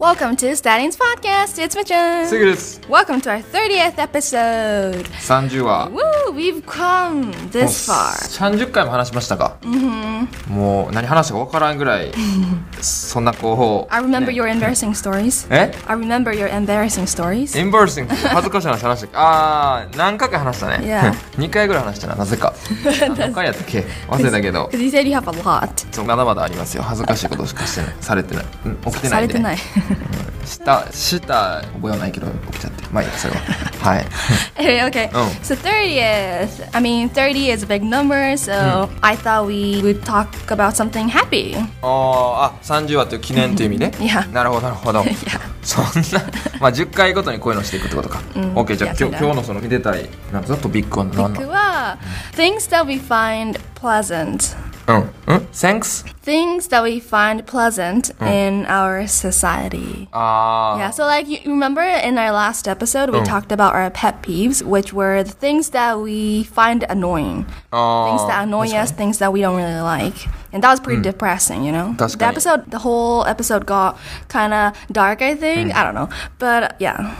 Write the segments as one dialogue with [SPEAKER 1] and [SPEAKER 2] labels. [SPEAKER 1] Welcome to Stalin's podcast. It's Machan.
[SPEAKER 2] すぐです。
[SPEAKER 1] Welcome to our 30th episode.
[SPEAKER 2] 30話。
[SPEAKER 1] Woo, we've come
[SPEAKER 2] もう
[SPEAKER 1] this far.
[SPEAKER 2] 30回も話しましたか、もう何話したか分からんぐらいそんなこう
[SPEAKER 1] I remember
[SPEAKER 2] ね
[SPEAKER 1] your embarrassing stories.
[SPEAKER 2] え
[SPEAKER 1] I remember your embarrassing stories.
[SPEAKER 2] エンバーシング恥ずかしい話話したああー何回か話したね、
[SPEAKER 1] Yeah.
[SPEAKER 2] 2回ぐらい話したななぜ かあ何回やったっけ忘れたけど
[SPEAKER 1] Because you said you have a lot.
[SPEAKER 2] そうまだまだありますよ恥ずかしいことしかしてないされてないうん起きてな
[SPEAKER 1] さ
[SPEAKER 2] い
[SPEAKER 1] れ
[SPEAKER 2] で
[SPEAKER 1] てない。
[SPEAKER 2] したした覚えはないけど起きちゃってまあいいやそれははい
[SPEAKER 1] Anyway, okay.
[SPEAKER 2] Oh.
[SPEAKER 1] So 30th. I mean, 30 is a big number, so I thought we would talk about something happy.
[SPEAKER 2] あーあ30話という記念という意味ね
[SPEAKER 1] いや
[SPEAKER 2] なるほどなるほどそんな まあ10回ごとにこういうのしていくってことか、
[SPEAKER 1] ん
[SPEAKER 2] OK じゃあ
[SPEAKER 1] いや
[SPEAKER 2] 今
[SPEAKER 1] 嫌い
[SPEAKER 2] 日今日のその見てたいなんかトピックは何なの
[SPEAKER 1] Wow. Things that we find pleasant.
[SPEAKER 2] うんうん Thanks
[SPEAKER 1] Things that we find pleasant in our society.
[SPEAKER 2] ああ
[SPEAKER 1] Yeah, so like you remember in our last episode, we
[SPEAKER 2] Oh.
[SPEAKER 1] talked about our pet peeves, which were the things that we find annoying.
[SPEAKER 2] あ
[SPEAKER 1] things
[SPEAKER 2] ー
[SPEAKER 1] that annoy us, things that we don't really like. And that was pretty depressing, you know?
[SPEAKER 2] Hmm. That's
[SPEAKER 1] the
[SPEAKER 2] great.
[SPEAKER 1] episode, the whole episode got kind of dark, I think.
[SPEAKER 2] Hmm.
[SPEAKER 1] I don't know. But uh, yeah.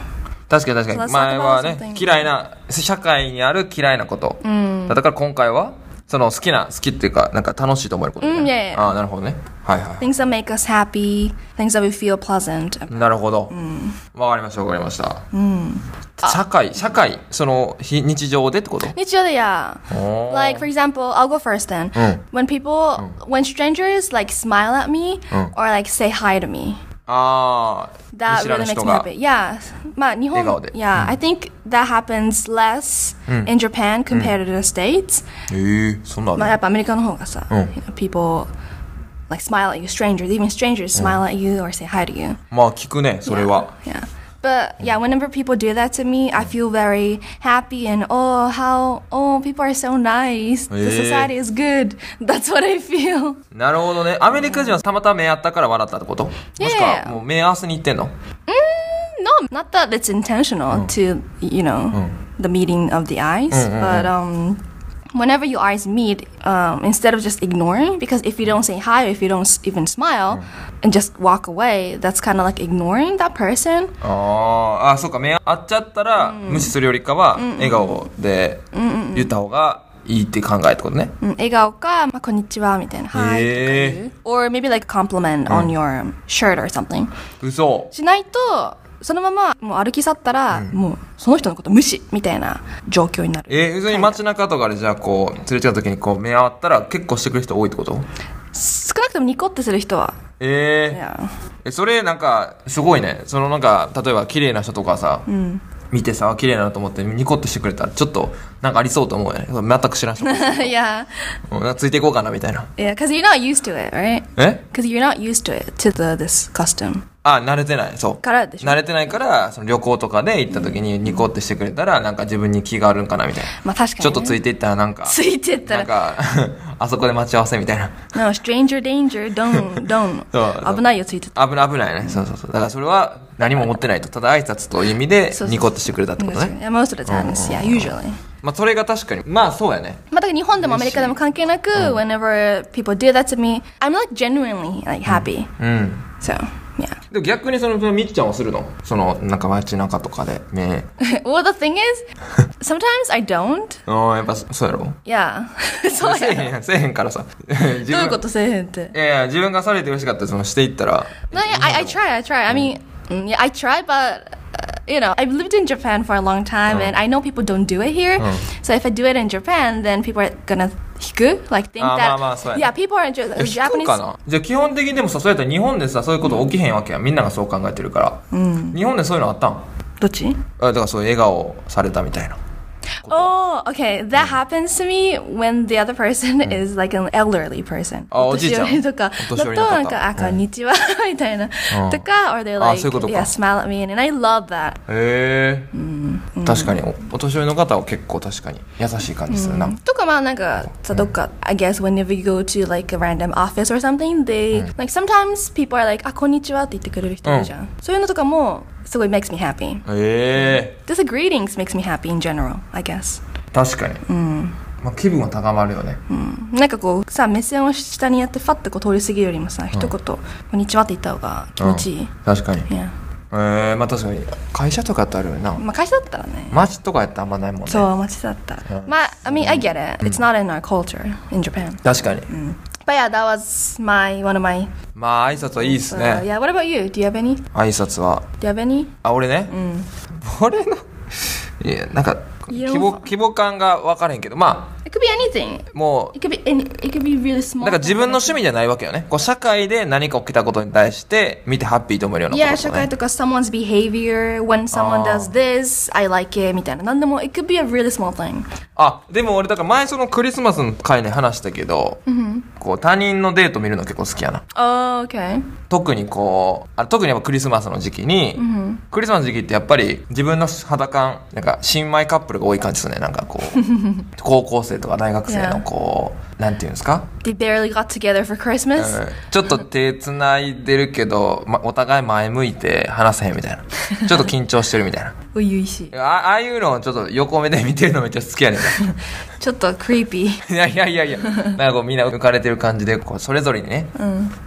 [SPEAKER 2] 確かに確
[SPEAKER 1] So let's
[SPEAKER 2] かに
[SPEAKER 1] talk
[SPEAKER 2] 前はね
[SPEAKER 1] about something.
[SPEAKER 2] 嫌いな社会にある嫌いなこと、だから今回はその好きな好きっていうかなんか楽しいと思えることみたいな、
[SPEAKER 1] うんいやいや
[SPEAKER 2] ああなるほどねはいはい
[SPEAKER 1] Things that make us happy, things that we feel pleasant.
[SPEAKER 2] なるほど。わ、かりました、わかりました。社会、社会、その日日常でってこと
[SPEAKER 1] Each other, yeah.
[SPEAKER 2] おー
[SPEAKER 1] Like for example, I'll go first then.
[SPEAKER 2] Mm.
[SPEAKER 1] When people, when strangers like smile at me
[SPEAKER 2] Oh.
[SPEAKER 1] or like say hi to me,
[SPEAKER 2] ああ、見
[SPEAKER 1] that
[SPEAKER 2] 知ら
[SPEAKER 1] really
[SPEAKER 2] ぬ
[SPEAKER 1] makes
[SPEAKER 2] 人
[SPEAKER 1] me
[SPEAKER 2] が
[SPEAKER 1] happy. Yeah, まあ日本
[SPEAKER 2] 笑顔で。
[SPEAKER 1] yeah, I think that happens less in Japan compared to the States.
[SPEAKER 2] えー、そんなの
[SPEAKER 1] まあ
[SPEAKER 2] あ
[SPEAKER 1] や
[SPEAKER 2] る
[SPEAKER 1] っぱアメリカの方がさ、
[SPEAKER 2] うん
[SPEAKER 1] you know, people like smile at you, strangers, even strangers smile at you or say hi to you.
[SPEAKER 2] まあ聞くね、それは。
[SPEAKER 1] Yeah. But yeah, whenever people do that to me, I feel very happy and oh, how, oh, people are so nice. The
[SPEAKER 2] ええ。
[SPEAKER 1] society is good. That's what I feel.
[SPEAKER 2] なるほどね。アメリカ人はたまたま目合ったから笑ったってことも
[SPEAKER 1] いや
[SPEAKER 2] し
[SPEAKER 1] い
[SPEAKER 2] く
[SPEAKER 1] や
[SPEAKER 2] は、もう目合わせに行ってんの
[SPEAKER 1] No, not that it's intentional to, you know, the meeting of the eyes, but um, whenever your eyes meet, um, instead of just ignoring, because if you don't say hi, or if you don't s- even smile and just walk away, that's kind of like ignoring that person.
[SPEAKER 2] あーあー、そうか、目合っちゃったら、無視するよりかは、笑顔で言った方がいいって考えってことね。
[SPEAKER 1] Mm, 笑顔か、まあ、こんにちはみたいな。Hi
[SPEAKER 2] へえ。
[SPEAKER 1] とか言う。or maybe like a compliment on your um, shirt or something.
[SPEAKER 2] 嘘。
[SPEAKER 1] しないと、そのままもう歩き去ったら、もうその人のこと無視みたいな状況になる。
[SPEAKER 2] えー、普通に街中とかでじゃあこう、すれ違う時にこう、目合ったら結構してくる人多いってこと
[SPEAKER 1] 少なくともニコってする人は。
[SPEAKER 2] ええ
[SPEAKER 1] いや
[SPEAKER 2] えそれなんかすごいねそのなんか例えば綺麗な人とかさ、見てさ綺麗だなと思ってニコッとしてくれたらちょっとなんかありそうと思うよねそう全く知らん人
[SPEAKER 1] yeah.
[SPEAKER 2] うんついていこうかなみたいな
[SPEAKER 1] Yeah, because you're not used to it, right?
[SPEAKER 2] え
[SPEAKER 1] Because you're not used to it, to the, this custom.
[SPEAKER 2] あ慣れてないそう
[SPEAKER 1] からでしょ
[SPEAKER 2] 慣れてないからその旅行とかで行った時にニコッとしてくれたらなんか自分に気があるんかなみたいな、
[SPEAKER 1] まあ確かにね
[SPEAKER 2] ちょっとついていったらなん か
[SPEAKER 1] ついてったら
[SPEAKER 2] なんか あそこで待ち合わせみたいな
[SPEAKER 1] No, stranger danger, don't, don't.
[SPEAKER 2] そうそう
[SPEAKER 1] 危ないよ、ついてた。
[SPEAKER 2] 危ない危ないね、そうそうそうだからそれは何も持ってないとただ挨拶という意味で
[SPEAKER 1] そうそうそう
[SPEAKER 2] ニコッとしてくれたってことね
[SPEAKER 1] Yeah, most of the times, yeah, usually.
[SPEAKER 2] まあそれが確かにまあそうやね
[SPEAKER 1] まあ、だから日本でもアメリカでも関係なく、whenever people do that to me, I'm like genuinely like happy.、
[SPEAKER 2] うん
[SPEAKER 1] So, yeah.
[SPEAKER 2] でも逆にそのそのみっちゃんはするのそのなんか街中とかでね
[SPEAKER 1] well, the thing is, sometimes I don't.
[SPEAKER 2] うんやっぱそそうやろ
[SPEAKER 1] Yeah. そう
[SPEAKER 2] せえ
[SPEAKER 1] や。
[SPEAKER 2] へんやんせえへんからさ 自
[SPEAKER 1] どういう
[SPEAKER 2] 分
[SPEAKER 1] ことせえへんって。
[SPEAKER 2] いやいや自分がされて嬉しかったらそのしていったら
[SPEAKER 1] No, yeah, I, I try, I try. I mean, mm, yeah, I try, but uh, you know, I've lived in Japan for a long time, and
[SPEAKER 2] Oh.
[SPEAKER 1] I know people don't do it here. So if I do it in Japan, then people are gonna hiku, like think
[SPEAKER 2] Ah,
[SPEAKER 1] that.
[SPEAKER 2] ma- ma, so- Eh,
[SPEAKER 1] yeah, people are just
[SPEAKER 2] え引く
[SPEAKER 1] Japanese.
[SPEAKER 2] かなじゃあ基本的にでもさそうやったら日本でさそういうこと起きへんわけやんみんながそう考えてるから、日本でそういうのあったん
[SPEAKER 1] どっち？
[SPEAKER 2] あだからそういう笑顔されたみたいな
[SPEAKER 1] Oh, okay. That
[SPEAKER 2] Mm.
[SPEAKER 1] happens to me when the other person is like an elderly person.
[SPEAKER 2] あ、おじいちゃ ん。
[SPEAKER 1] とか、
[SPEAKER 2] お年寄りの
[SPEAKER 1] だ
[SPEAKER 2] 方。
[SPEAKER 1] となんか、あ、こんにちは、
[SPEAKER 2] Oh.
[SPEAKER 1] みたいな。とか、or they're
[SPEAKER 2] あ、
[SPEAKER 1] like,
[SPEAKER 2] そういうことか。
[SPEAKER 1] yeah, smile at me, and I love that.
[SPEAKER 2] へえ、確かにおお年寄りの方は結構確かに優しい感じするな、
[SPEAKER 1] とかまあなんかさどっか I guess whenever you go to like a random office or something they、like sometimes people are like あこんにちはって言ってくれる人いるじゃん、そういうのとかもすごい makes me happy
[SPEAKER 2] へえ
[SPEAKER 1] just the greetings makes me happy in general I guess
[SPEAKER 2] 確かに、まあ、気分は高まるよね、
[SPEAKER 1] なんかこうさ目線を下にやってファッてこう通り過ぎるよりもさ、一言「こんにちは」って言った方が気持ちいい、
[SPEAKER 2] 確かにえ
[SPEAKER 1] Yeah
[SPEAKER 2] えー、まあ確かに会社とかやったらあるよな、
[SPEAKER 1] まあ会社だったらね
[SPEAKER 2] 街とかやったらあんまないもんね
[SPEAKER 1] そう街だったらまあ I mean I get it it's not in our culture in Japan
[SPEAKER 2] 確かに、
[SPEAKER 1] but yeah that was my one of my
[SPEAKER 2] まあ挨拶はいいっす
[SPEAKER 1] so
[SPEAKER 2] ね
[SPEAKER 1] yeah what about you do you have any do
[SPEAKER 2] 挨拶は
[SPEAKER 1] you have any
[SPEAKER 2] あ俺ね、俺のいやなんか
[SPEAKER 1] いや
[SPEAKER 2] 規模規模感が分からへんけどま
[SPEAKER 1] it could be anything
[SPEAKER 2] あも
[SPEAKER 1] it could be any it could be really small
[SPEAKER 2] うなんか自分の趣味じゃないわけよねこう社会で何か起きたことに対して見てハッピーと思えるようなこと、
[SPEAKER 1] Yeah,
[SPEAKER 2] ね、
[SPEAKER 1] 社会とか someone's behavior when someone
[SPEAKER 2] あー
[SPEAKER 1] does this I like it みたいななんでも it could be a really small thing
[SPEAKER 2] あでも俺だから前そのクリスマスの回で話したけど、こう他人のデート見るの結構好きやな
[SPEAKER 1] Oh, okay
[SPEAKER 2] 特にこうあ特にやっぱクリスマスの時期に、クリスマスの時期ってやっぱり自分の肌感なんか新米カップルが多い感じするねなんかこ う高校生とか大学生
[SPEAKER 1] Yeah.
[SPEAKER 2] のこうなんていうんですか
[SPEAKER 1] They barely got together for
[SPEAKER 2] う
[SPEAKER 1] Christmas
[SPEAKER 2] んちょっと手つないでるけど、ま、お互い前向いて話せへんみたいなちょっと緊張してるみ たいな
[SPEAKER 1] 初々しい
[SPEAKER 2] あああいうのをちょっと横目で見てるのめっちゃ好きやねん な
[SPEAKER 1] ちょっと creepy
[SPEAKER 2] いやいやいやいやなんかこうみんな浮かれてる感じでこうそれぞれにね、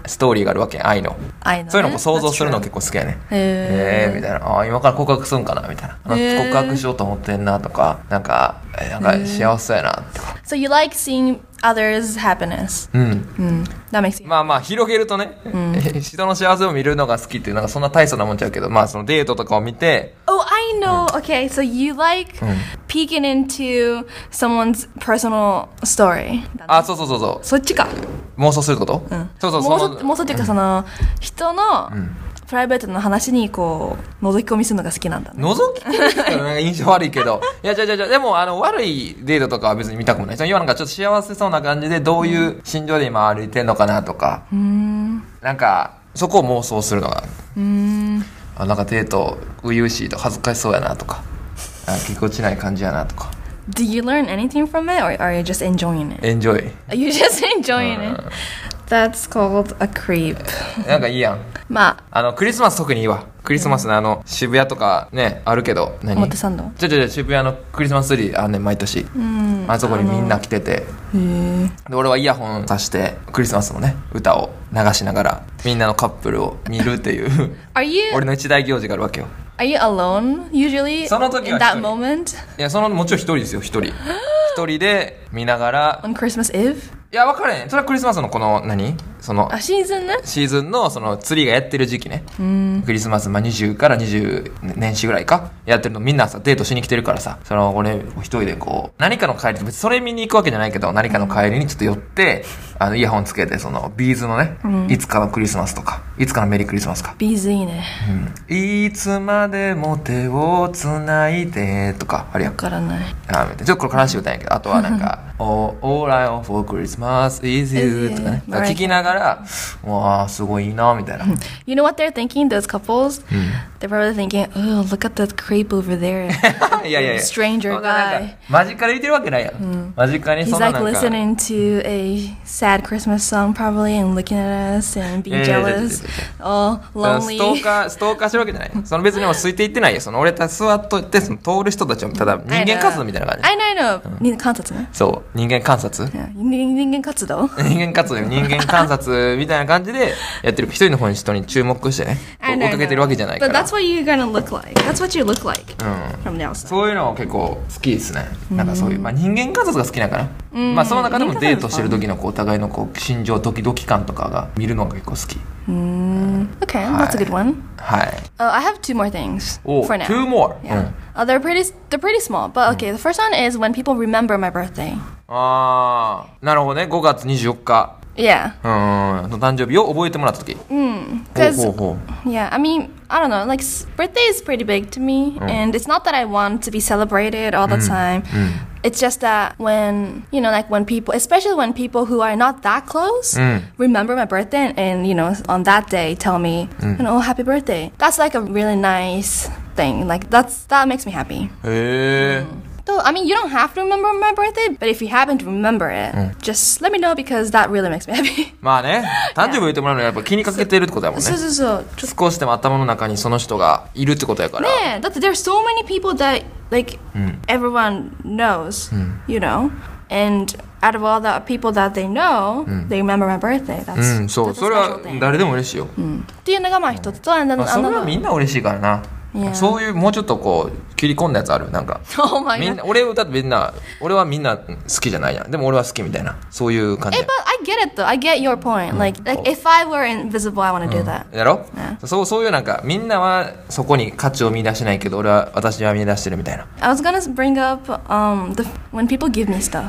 [SPEAKER 2] ストーリーがあるわけ愛の
[SPEAKER 1] 愛のね
[SPEAKER 2] そういうのも想像するの
[SPEAKER 1] That's true
[SPEAKER 2] 結構好きやね
[SPEAKER 1] へ
[SPEAKER 2] えーみたいなあー今から告白するんかなみたいなあ
[SPEAKER 1] へー
[SPEAKER 2] 告白しようと思ってんなとかなんかえーなんか幸せやなとか
[SPEAKER 1] So you like seeing others' happiness
[SPEAKER 2] うん
[SPEAKER 1] うん That makes sense
[SPEAKER 2] まあまあ広げるとね、 人の幸せを見るのが好きっていうなんかそんな大層なもんちゃうけどまあそのデートとかを見て
[SPEAKER 1] Oh, I know. Okay, so you like peeking into someone's personal story.
[SPEAKER 2] あそうそうそうそ
[SPEAKER 1] そっちか。
[SPEAKER 2] う妄想するってこと、そうそう
[SPEAKER 1] 妄
[SPEAKER 2] そ
[SPEAKER 1] 想
[SPEAKER 2] の
[SPEAKER 1] 妄想っていうか、その、人のプライベートの話にこう、覗き込みするのが好きなんだね。
[SPEAKER 2] 覗き込みとかなんか印象悪いけど。いや、じゃじゃじゃでも、あの、悪いデートとかは別に見たくもない。その要はなんかちょっと幸せそうな感じで、どういう心情で今歩いてんのかなとか。なんか、そこを妄想するのが。あ、なんかデート、初々しいと恥ずかしそうやなとか。あ、ぎこちない感じやなとか。
[SPEAKER 1] Do you learn anything from it or are you just enjoying it?
[SPEAKER 2] エンジョイ。
[SPEAKER 1] Are you just enjoying
[SPEAKER 2] Uh.
[SPEAKER 1] it? That's called a creep.
[SPEAKER 2] なんかいいやん。
[SPEAKER 1] ま
[SPEAKER 2] あの、クリスマス特にいいわ。クリスマスのあの、渋谷とかね、あるけど、
[SPEAKER 1] あ、
[SPEAKER 2] 何
[SPEAKER 1] 表参道。
[SPEAKER 2] じゃじゃじゃ渋谷のクリスマスツリーあんねん毎年、あそこにみんな来ててで俺はイヤホンさしてクリスマスのね歌を流しながらみんなのカップルを見るっていう
[SPEAKER 1] Are you,
[SPEAKER 2] 俺の一大行事があるわけよ
[SPEAKER 1] are you alone usually
[SPEAKER 2] その時
[SPEAKER 1] in
[SPEAKER 2] は
[SPEAKER 1] that
[SPEAKER 2] 一人
[SPEAKER 1] moment
[SPEAKER 2] いやそのもちろん一人ですよ一人一人で見ながら
[SPEAKER 1] on Christmas Eve?
[SPEAKER 2] いや分からへんそれはクリスマスのこの何その
[SPEAKER 1] あ、シーズンね。
[SPEAKER 2] シーズンのその釣りがやってる時期ねクリスマス、まあ、20から20年始ぐらいかやってるのみんなさデートしに来てるからさその俺一人でこう何かの帰り別にそれ見に行くわけじゃないけど何かの帰りにちょっと寄ってあのイヤホンつけてそのビーズのね、いつかのクリスマスとかいつかのメリークリスマスか、
[SPEAKER 1] ビーズいいね。
[SPEAKER 2] いつまでも手をつないでとかあれや
[SPEAKER 1] わからない。
[SPEAKER 2] あーちょっとこれ悲しい歌やけどあとはな んか「Oh, all I want for Christmas is you」とかね
[SPEAKER 1] Is you
[SPEAKER 2] だから聞きながら「わあすごいいいな」みたいな
[SPEAKER 1] You know what they're thinking, those couples?
[SPEAKER 2] Hmm.
[SPEAKER 1] They're probably thinking, oh, look at that creep over there.
[SPEAKER 2] いやいやいや
[SPEAKER 1] Stranger
[SPEAKER 2] そんななんか間近で見てるわけないやん間近に
[SPEAKER 1] He's
[SPEAKER 2] そんな
[SPEAKER 1] like
[SPEAKER 2] なんか
[SPEAKER 1] listening to a sad Christmas song, probably, and looking at us and being
[SPEAKER 2] Yeah, yeah, yeah, yeah,
[SPEAKER 1] jealous.
[SPEAKER 2] yeah, yeah,
[SPEAKER 1] Oh,
[SPEAKER 2] スト
[SPEAKER 1] lonely.
[SPEAKER 2] ーカーストーカーしてるわけじゃないその別にもう空いていってないよその俺たち座っといてその通る人たちをただ人
[SPEAKER 1] I
[SPEAKER 2] 間
[SPEAKER 1] know.
[SPEAKER 2] 活動みたいな感じ Mm.
[SPEAKER 1] I know, I know. 人間観察ね。
[SPEAKER 2] そう人間観察
[SPEAKER 1] Yeah. 人人間活動
[SPEAKER 2] 人間活動よ人間観察みたいな感じ でやってる一人の方に人に注目してね
[SPEAKER 1] I
[SPEAKER 2] 追
[SPEAKER 1] know,
[SPEAKER 2] いかけてるわけじゃないか
[SPEAKER 1] But
[SPEAKER 2] ら
[SPEAKER 1] that's
[SPEAKER 2] Mm.
[SPEAKER 1] what you're gonna look like. That's what you look like
[SPEAKER 2] うん
[SPEAKER 1] from the outside.
[SPEAKER 2] そういうの結構好きですね。なんかそういう、まあ人間観察が好きだから、まあその中でもデートしてる時のこうお互いのこう心情ドキドキ感とかが見るのが結構好き。
[SPEAKER 1] Okay, that's a good one.
[SPEAKER 2] はい。
[SPEAKER 1] Uh, I have two more things
[SPEAKER 2] お、
[SPEAKER 1] for now.
[SPEAKER 2] Oh, two more。う Mm.
[SPEAKER 1] Yeah.
[SPEAKER 2] ん
[SPEAKER 1] Uh, they're pretty. They're pretty small. But okay, the first one is when people remember my birthday.
[SPEAKER 2] ああ、なるほどね。5月24日。
[SPEAKER 1] Yeah.
[SPEAKER 2] うん、の誕生日を覚えてもらった時。
[SPEAKER 1] Because
[SPEAKER 2] ほうほうほ
[SPEAKER 1] yeah, I mean, I don't know. Like s- birthday is pretty big to me, and it's not that I want to be celebrated all the time. It's just that when you know, like when people, especially when people who are not that close, remember my birthday, and, and, you know, on that day, tell me, you know, oh, happy birthday. That's like a really nice thing. Like that's that makes me happy.
[SPEAKER 2] う。へえ。
[SPEAKER 1] So, I mean, you don't have to remember my birthday, but if you happen to remember it, just let me know because that really makes me happy.
[SPEAKER 2] まあね、誕生日を言ってもらうのはやっぱ気にかけてるってことだもんね。
[SPEAKER 1] so, so, so. ちょっと
[SPEAKER 2] 少しでも頭の中にその人がいるってことやから。
[SPEAKER 1] ねえだって there's so many people that like everyone knows you know And out of all the people that they know, they remember my birthday.
[SPEAKER 2] う
[SPEAKER 1] That's,
[SPEAKER 2] ん、そう。
[SPEAKER 1] that's
[SPEAKER 2] それ
[SPEAKER 1] a
[SPEAKER 2] は
[SPEAKER 1] special thing.
[SPEAKER 2] 誰でも嬉しいよ。
[SPEAKER 1] うんっていうのがまあ一つと、and then
[SPEAKER 2] まあ、それは
[SPEAKER 1] another-
[SPEAKER 2] みんな嬉しいからな。
[SPEAKER 1] Yeah.
[SPEAKER 2] そういう、もうちょっとこう、切り込んだやつあるなんか。
[SPEAKER 1] Oh my
[SPEAKER 2] みん
[SPEAKER 1] god.
[SPEAKER 2] な、俺歌ってみんな、俺はみんな好きじゃないやん。でも俺は好きみたいな。そういう感じ
[SPEAKER 1] Hey,
[SPEAKER 2] やん
[SPEAKER 1] but I get it though. I get your point. Like, like if I were invisible, I want to do that.
[SPEAKER 2] やろ、
[SPEAKER 1] ね
[SPEAKER 2] そうそういうなんかみんなはそこに価値を見出してないけど俺は私は見出してるみたいな
[SPEAKER 1] I was gonna bring up um the when people give me stuff.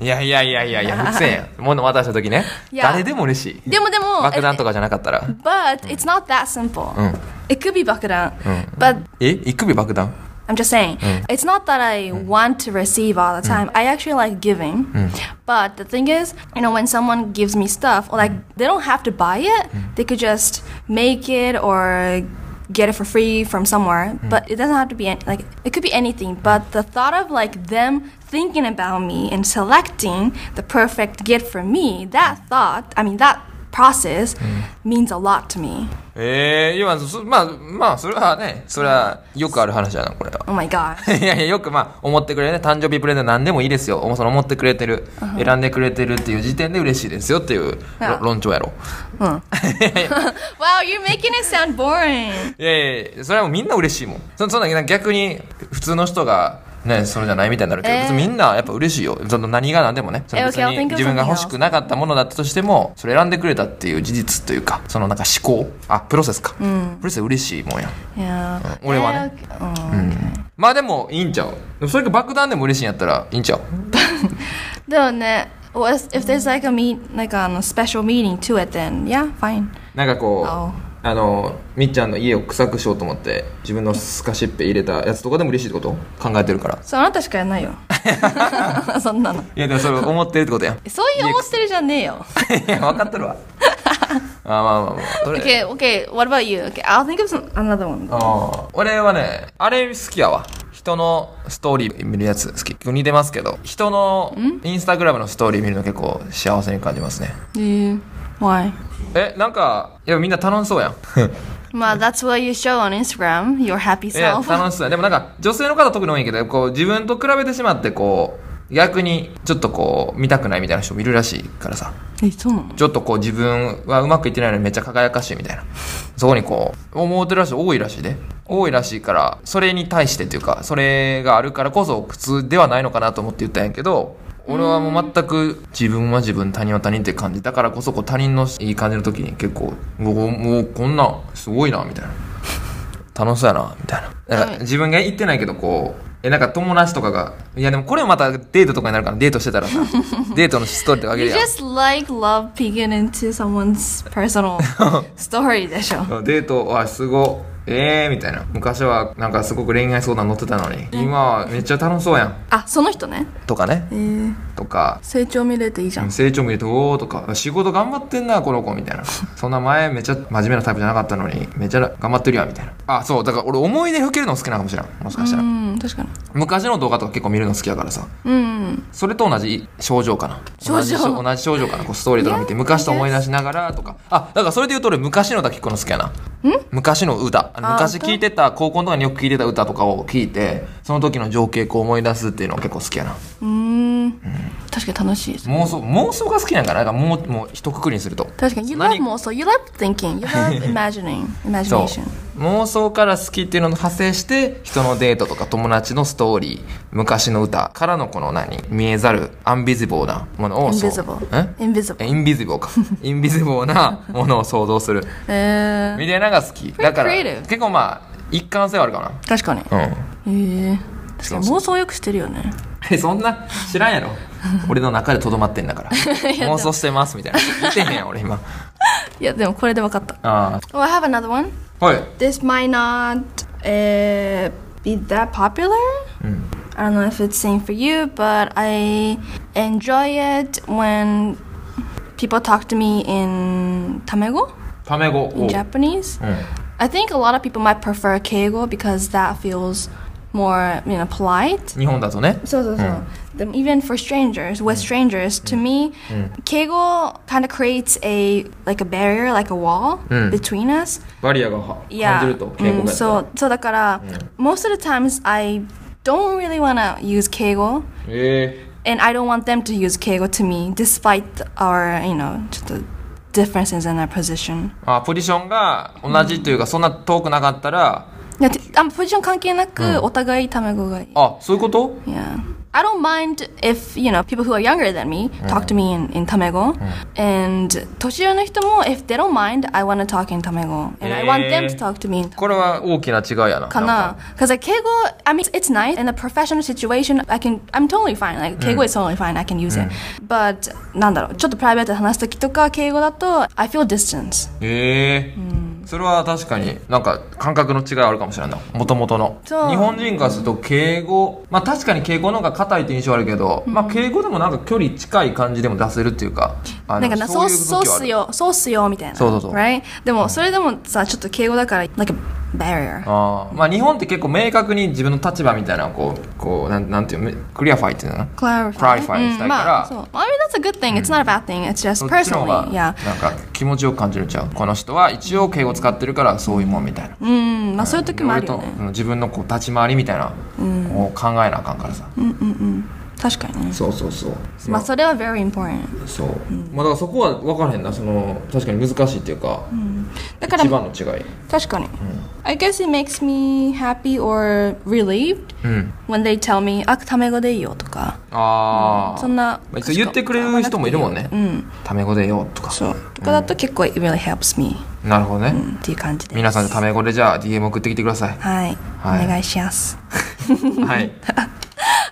[SPEAKER 2] いやいやいやいやい や伏線やん物渡した時ね
[SPEAKER 1] いや
[SPEAKER 2] 誰でも嬉しい
[SPEAKER 1] でもでも
[SPEAKER 2] 爆弾とかじゃなかったら
[SPEAKER 1] But it's not that simple.
[SPEAKER 2] うん
[SPEAKER 1] It could be bakudan, but
[SPEAKER 2] えいくび爆弾
[SPEAKER 1] I'm just saying, it's not that I want to receive all the time. I actually like giving. But the thing is, you know, when someone gives me stuff, or like they don't have to buy it, they could just make it or get it for free from somewhere. But it doesn't have to be any, like it could be anything. But the thought of like them thinking about me and selecting the perfect gift for me, that thought, I mean, that process means a lot to me.
[SPEAKER 2] ええ今そまあまあそれはねそれはよくある話やなこれは
[SPEAKER 1] Oh my god.
[SPEAKER 2] いやいやよくまあ思ってくれるね誕生日プレゼント何でもいいですよおその思ってくれてる選んでくれてるっていう時点で嬉しいですよっていう
[SPEAKER 1] あ
[SPEAKER 2] ろ論調やろ
[SPEAKER 1] wow, you're making it sound boring.
[SPEAKER 2] いやいやいやそれはもうみんな嬉しいもんそそんな逆に普通の人がねそれじゃないみたいになるけど、
[SPEAKER 1] えー
[SPEAKER 2] 別にみんなやっぱ嬉しいよその何が何でもねその
[SPEAKER 1] え
[SPEAKER 2] 別
[SPEAKER 1] okay, I'll think
[SPEAKER 2] に
[SPEAKER 1] of
[SPEAKER 2] 自分が欲しくなかったものだったとしてもそれ選んでくれたっていう事実というかそのなんか思考あプロセスか、プロセス嬉しいもんや
[SPEAKER 1] Yeah.
[SPEAKER 2] 俺はね
[SPEAKER 1] Eh, okay.
[SPEAKER 2] まあでもいいんちゃうでもそれが爆弾でも嬉しいんやったらいいんちゃう
[SPEAKER 1] でもね well, if if there's like a meet like a special meeting to it then yeah fine
[SPEAKER 2] なんかこう
[SPEAKER 1] あ
[SPEAKER 2] あのみっちゃんの家を臭くしようと思って自分のスカシッペ入れたやつとかでも嬉しいってこと考えてるから
[SPEAKER 1] そのあなたしかやんないよそんなのそういう思ってるじゃねえよ
[SPEAKER 2] いやでもそれ思ってるってことやんいや、 分かっとるわ。あまあまあまあ。それ
[SPEAKER 1] okay okay what about you okay I'll think of some, another one
[SPEAKER 2] あー俺はね、あれ好きやわ。人のストーリー見るやつ好き。似てますけど、人のインスタグラムのストーリー見るの結構幸せに感じますね。
[SPEAKER 1] yeah. why
[SPEAKER 2] え、なんか、いやみんな楽しそう やん。
[SPEAKER 1] まあ that's what you show on Instagram your happy
[SPEAKER 2] いや
[SPEAKER 1] self
[SPEAKER 2] 楽しそうやでもなんか女性の方特に多いけどこう自分と比べてしまってこう逆にちょっとこう見たくないみたいな人もいるらしいからさ
[SPEAKER 1] えそうなの
[SPEAKER 2] ちょっとこう自分はうまくいってないのにめっちゃ輝かしいみたいなそこにこう思うてるらしい多いらしいで多いらしいからそれに対してというかそれがあるからこそ苦痛ではないのかなと思って言ったんやけど俺はもう全く自分は自分他人は他人って感じだからこそこう他人のいい感じの時に結構もうもうこんなんすごいなみたいな楽しそうやなみたいななんか自分が行ってないけどこうえなんか友達とかがいやでもこれまたデートとかになるからデートしてたらさデートのストーリーとかあげ
[SPEAKER 1] you
[SPEAKER 2] るやん
[SPEAKER 1] just like love peeking into someone's personal story でしょ
[SPEAKER 2] デートはすごええー、みたいな昔はなんかすごく恋愛相談乗ってたのに今はめっちゃ楽しそうやん
[SPEAKER 1] Ah, あその人ねえー、Eh,
[SPEAKER 2] とかねとか
[SPEAKER 1] 成長見れていいじゃん
[SPEAKER 2] 成長見るとおおとか仕事頑張ってんなこの子みたいなそんな前めっちゃ真面目なタイプじゃなかったのにめっちゃ頑張ってるやんみたいなあそうだから俺思い出ふけるの好きなのかもしれんもしかしたら
[SPEAKER 1] うん確かに
[SPEAKER 2] 昔の動画とか結構見るの好きやからさ
[SPEAKER 1] うん
[SPEAKER 2] それと同じ症状かな
[SPEAKER 1] 症状
[SPEAKER 2] 同じ同じ症状かなこうストーリーとか見て昔と思い出しながらとかあだからそれで言うと俺昔の歌聞くの好きやな昔の歌あの
[SPEAKER 1] あ
[SPEAKER 2] 昔
[SPEAKER 1] 歌
[SPEAKER 2] 聴いてた高校の時によく聴いてた歌とかを聞いてその時の情景こう思い出すっていうのが結構好きやな
[SPEAKER 1] うん確かに楽しいです
[SPEAKER 2] 妄想妄想が好きなんかななんかもうもう一括りにすると
[SPEAKER 1] 確かに You
[SPEAKER 2] 何
[SPEAKER 1] love 妄想 You love thinking You love imagining
[SPEAKER 2] そう
[SPEAKER 1] Imagination
[SPEAKER 2] 妄想から好きっていうのの派生して人のデートとか友達のストーリー昔の歌からのこの何見えざるアンビジボーなものをそう
[SPEAKER 1] Invisible
[SPEAKER 2] え
[SPEAKER 1] Invisible
[SPEAKER 2] インビジブルか。インビジブルなものを想像する。
[SPEAKER 1] えー
[SPEAKER 2] みたいなのが好き。だから、
[SPEAKER 1] creative
[SPEAKER 2] 結構まあ、一貫性はあるか
[SPEAKER 1] 確かに
[SPEAKER 2] な。うん。
[SPEAKER 1] ええ確かに妄想よくしてるよね
[SPEAKER 2] え、そんな、知らんやろ。俺の中でとどまってんだから。妄想してます、みたいな。見てへんやん、俺今。
[SPEAKER 1] いやでもこれで分かった
[SPEAKER 2] あ
[SPEAKER 1] Oh I have another one
[SPEAKER 2] あ。はい。
[SPEAKER 1] This might not、uh, be that popular. I don't know if it's same for you, but I enjoy it when people talk to me in Tamego,
[SPEAKER 2] タメ語。
[SPEAKER 1] in
[SPEAKER 2] お
[SPEAKER 1] Japanese.
[SPEAKER 2] うん。
[SPEAKER 1] I think a lot of people might prefer Keigo because that feels more, you know, polite.
[SPEAKER 2] 日本だとね。
[SPEAKER 1] So, so, so. The- even for strangers, with strangers, to me, Keigo kind of creates a like a barrier, like a wall
[SPEAKER 2] Mm.
[SPEAKER 1] between us.
[SPEAKER 2] バリアがは感
[SPEAKER 1] Yeah. Mm,
[SPEAKER 2] じると、敬語がやったら
[SPEAKER 1] so, so だから、most of the times I don't really wanna use 敬語
[SPEAKER 2] え
[SPEAKER 1] and I don't want them to use keigo to me, despite our, you know, ちょっと differences in our position.
[SPEAKER 2] あポジションが同じというか、そんな遠くなかったら
[SPEAKER 1] いやてあポジション関係なく、お互いタメ語がいい。
[SPEAKER 2] あそういうこと
[SPEAKER 1] Yeah. I don't mind if, you know, people who are younger than me talk to me in, in Tamego. And 年上の人も if they don't mind, I want to talk in Tamego. And I want them to talk to me in
[SPEAKER 2] これは大きな違いやな
[SPEAKER 1] か
[SPEAKER 2] なん
[SPEAKER 1] な Because like keigo, I mean, it's nice in a professional situation. I can, I'm totally fine. Like keigo is totally fine. I can use it. But なんだろう、ちょっとプライベートで話すときとか敬語だと I feel distance.
[SPEAKER 2] ええそれは確かになんか感覚の違いあるかもしれんないもともとの日
[SPEAKER 1] そう
[SPEAKER 2] 本人からすると敬語まあ確かに敬語の方が硬いって印象あるけど、まあ敬語でもなんか距離近い感じでも出せるっていうかあの
[SPEAKER 1] なんかなそうそうっ
[SPEAKER 2] 時はあ
[SPEAKER 1] す
[SPEAKER 2] る
[SPEAKER 1] よ、そうっすよみたいな。
[SPEAKER 2] そうそうそう
[SPEAKER 1] Right? でもそれでもさ、ちょっと敬語だから like a barrier.
[SPEAKER 2] あーまあ日本って結構明確に自分の立場みたいなのをこうこうなんなんていうのクリアファイっていうのかな
[SPEAKER 1] clarify.
[SPEAKER 2] Clarify した
[SPEAKER 1] うん
[SPEAKER 2] いから
[SPEAKER 1] まあ、そう I mean, that's a good thing. It's not a bad thing. It's just
[SPEAKER 2] そっちの方
[SPEAKER 1] personally.
[SPEAKER 2] がなん
[SPEAKER 1] Yeah.
[SPEAKER 2] か気持ちよく感じるちゃうこの人は一応敬語使ってるからそういうもんみたいな、
[SPEAKER 1] うん、まあそういう時もあ
[SPEAKER 2] 俺
[SPEAKER 1] る
[SPEAKER 2] と
[SPEAKER 1] よね。
[SPEAKER 2] うん自分のこう立ち回りみたいな、こう考えなあかんからさ、
[SPEAKER 1] 確かにね。
[SPEAKER 2] そうそうそう
[SPEAKER 1] まあそれは very important.
[SPEAKER 2] そう、まあだからそこは分からへんなその確かに難しいっていうか、
[SPEAKER 1] だから
[SPEAKER 2] 一番の違い
[SPEAKER 1] 確かに。I guess it makes me happy or relieved
[SPEAKER 2] うん
[SPEAKER 1] when they tell me, あ、タメ語でいいよとか。
[SPEAKER 2] ああ
[SPEAKER 1] そんな
[SPEAKER 2] まあ、一応言ってくれる人もいるもんね
[SPEAKER 1] うん。
[SPEAKER 2] タメ語でよとか
[SPEAKER 1] そう。とかだと結構 it really helps me
[SPEAKER 2] なるほどね、
[SPEAKER 1] うんっていう感じで。
[SPEAKER 2] 皆さんでタメ語でじゃあ DM 送ってきてく ださい
[SPEAKER 1] はい。
[SPEAKER 2] はい
[SPEAKER 1] お願いします。
[SPEAKER 2] はい、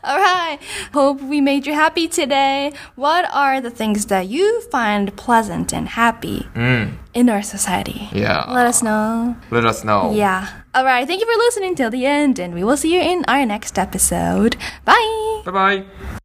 [SPEAKER 1] Alright, hope we made you happy today. What are the things that you find pleasant and happy
[SPEAKER 2] うん、
[SPEAKER 1] in our society?
[SPEAKER 2] Yeah.
[SPEAKER 1] Let us know.
[SPEAKER 2] Let us know
[SPEAKER 1] Yeah. Alright, thank you for listening till the end, and we will see you in our next episode. Bye!
[SPEAKER 2] バイバイ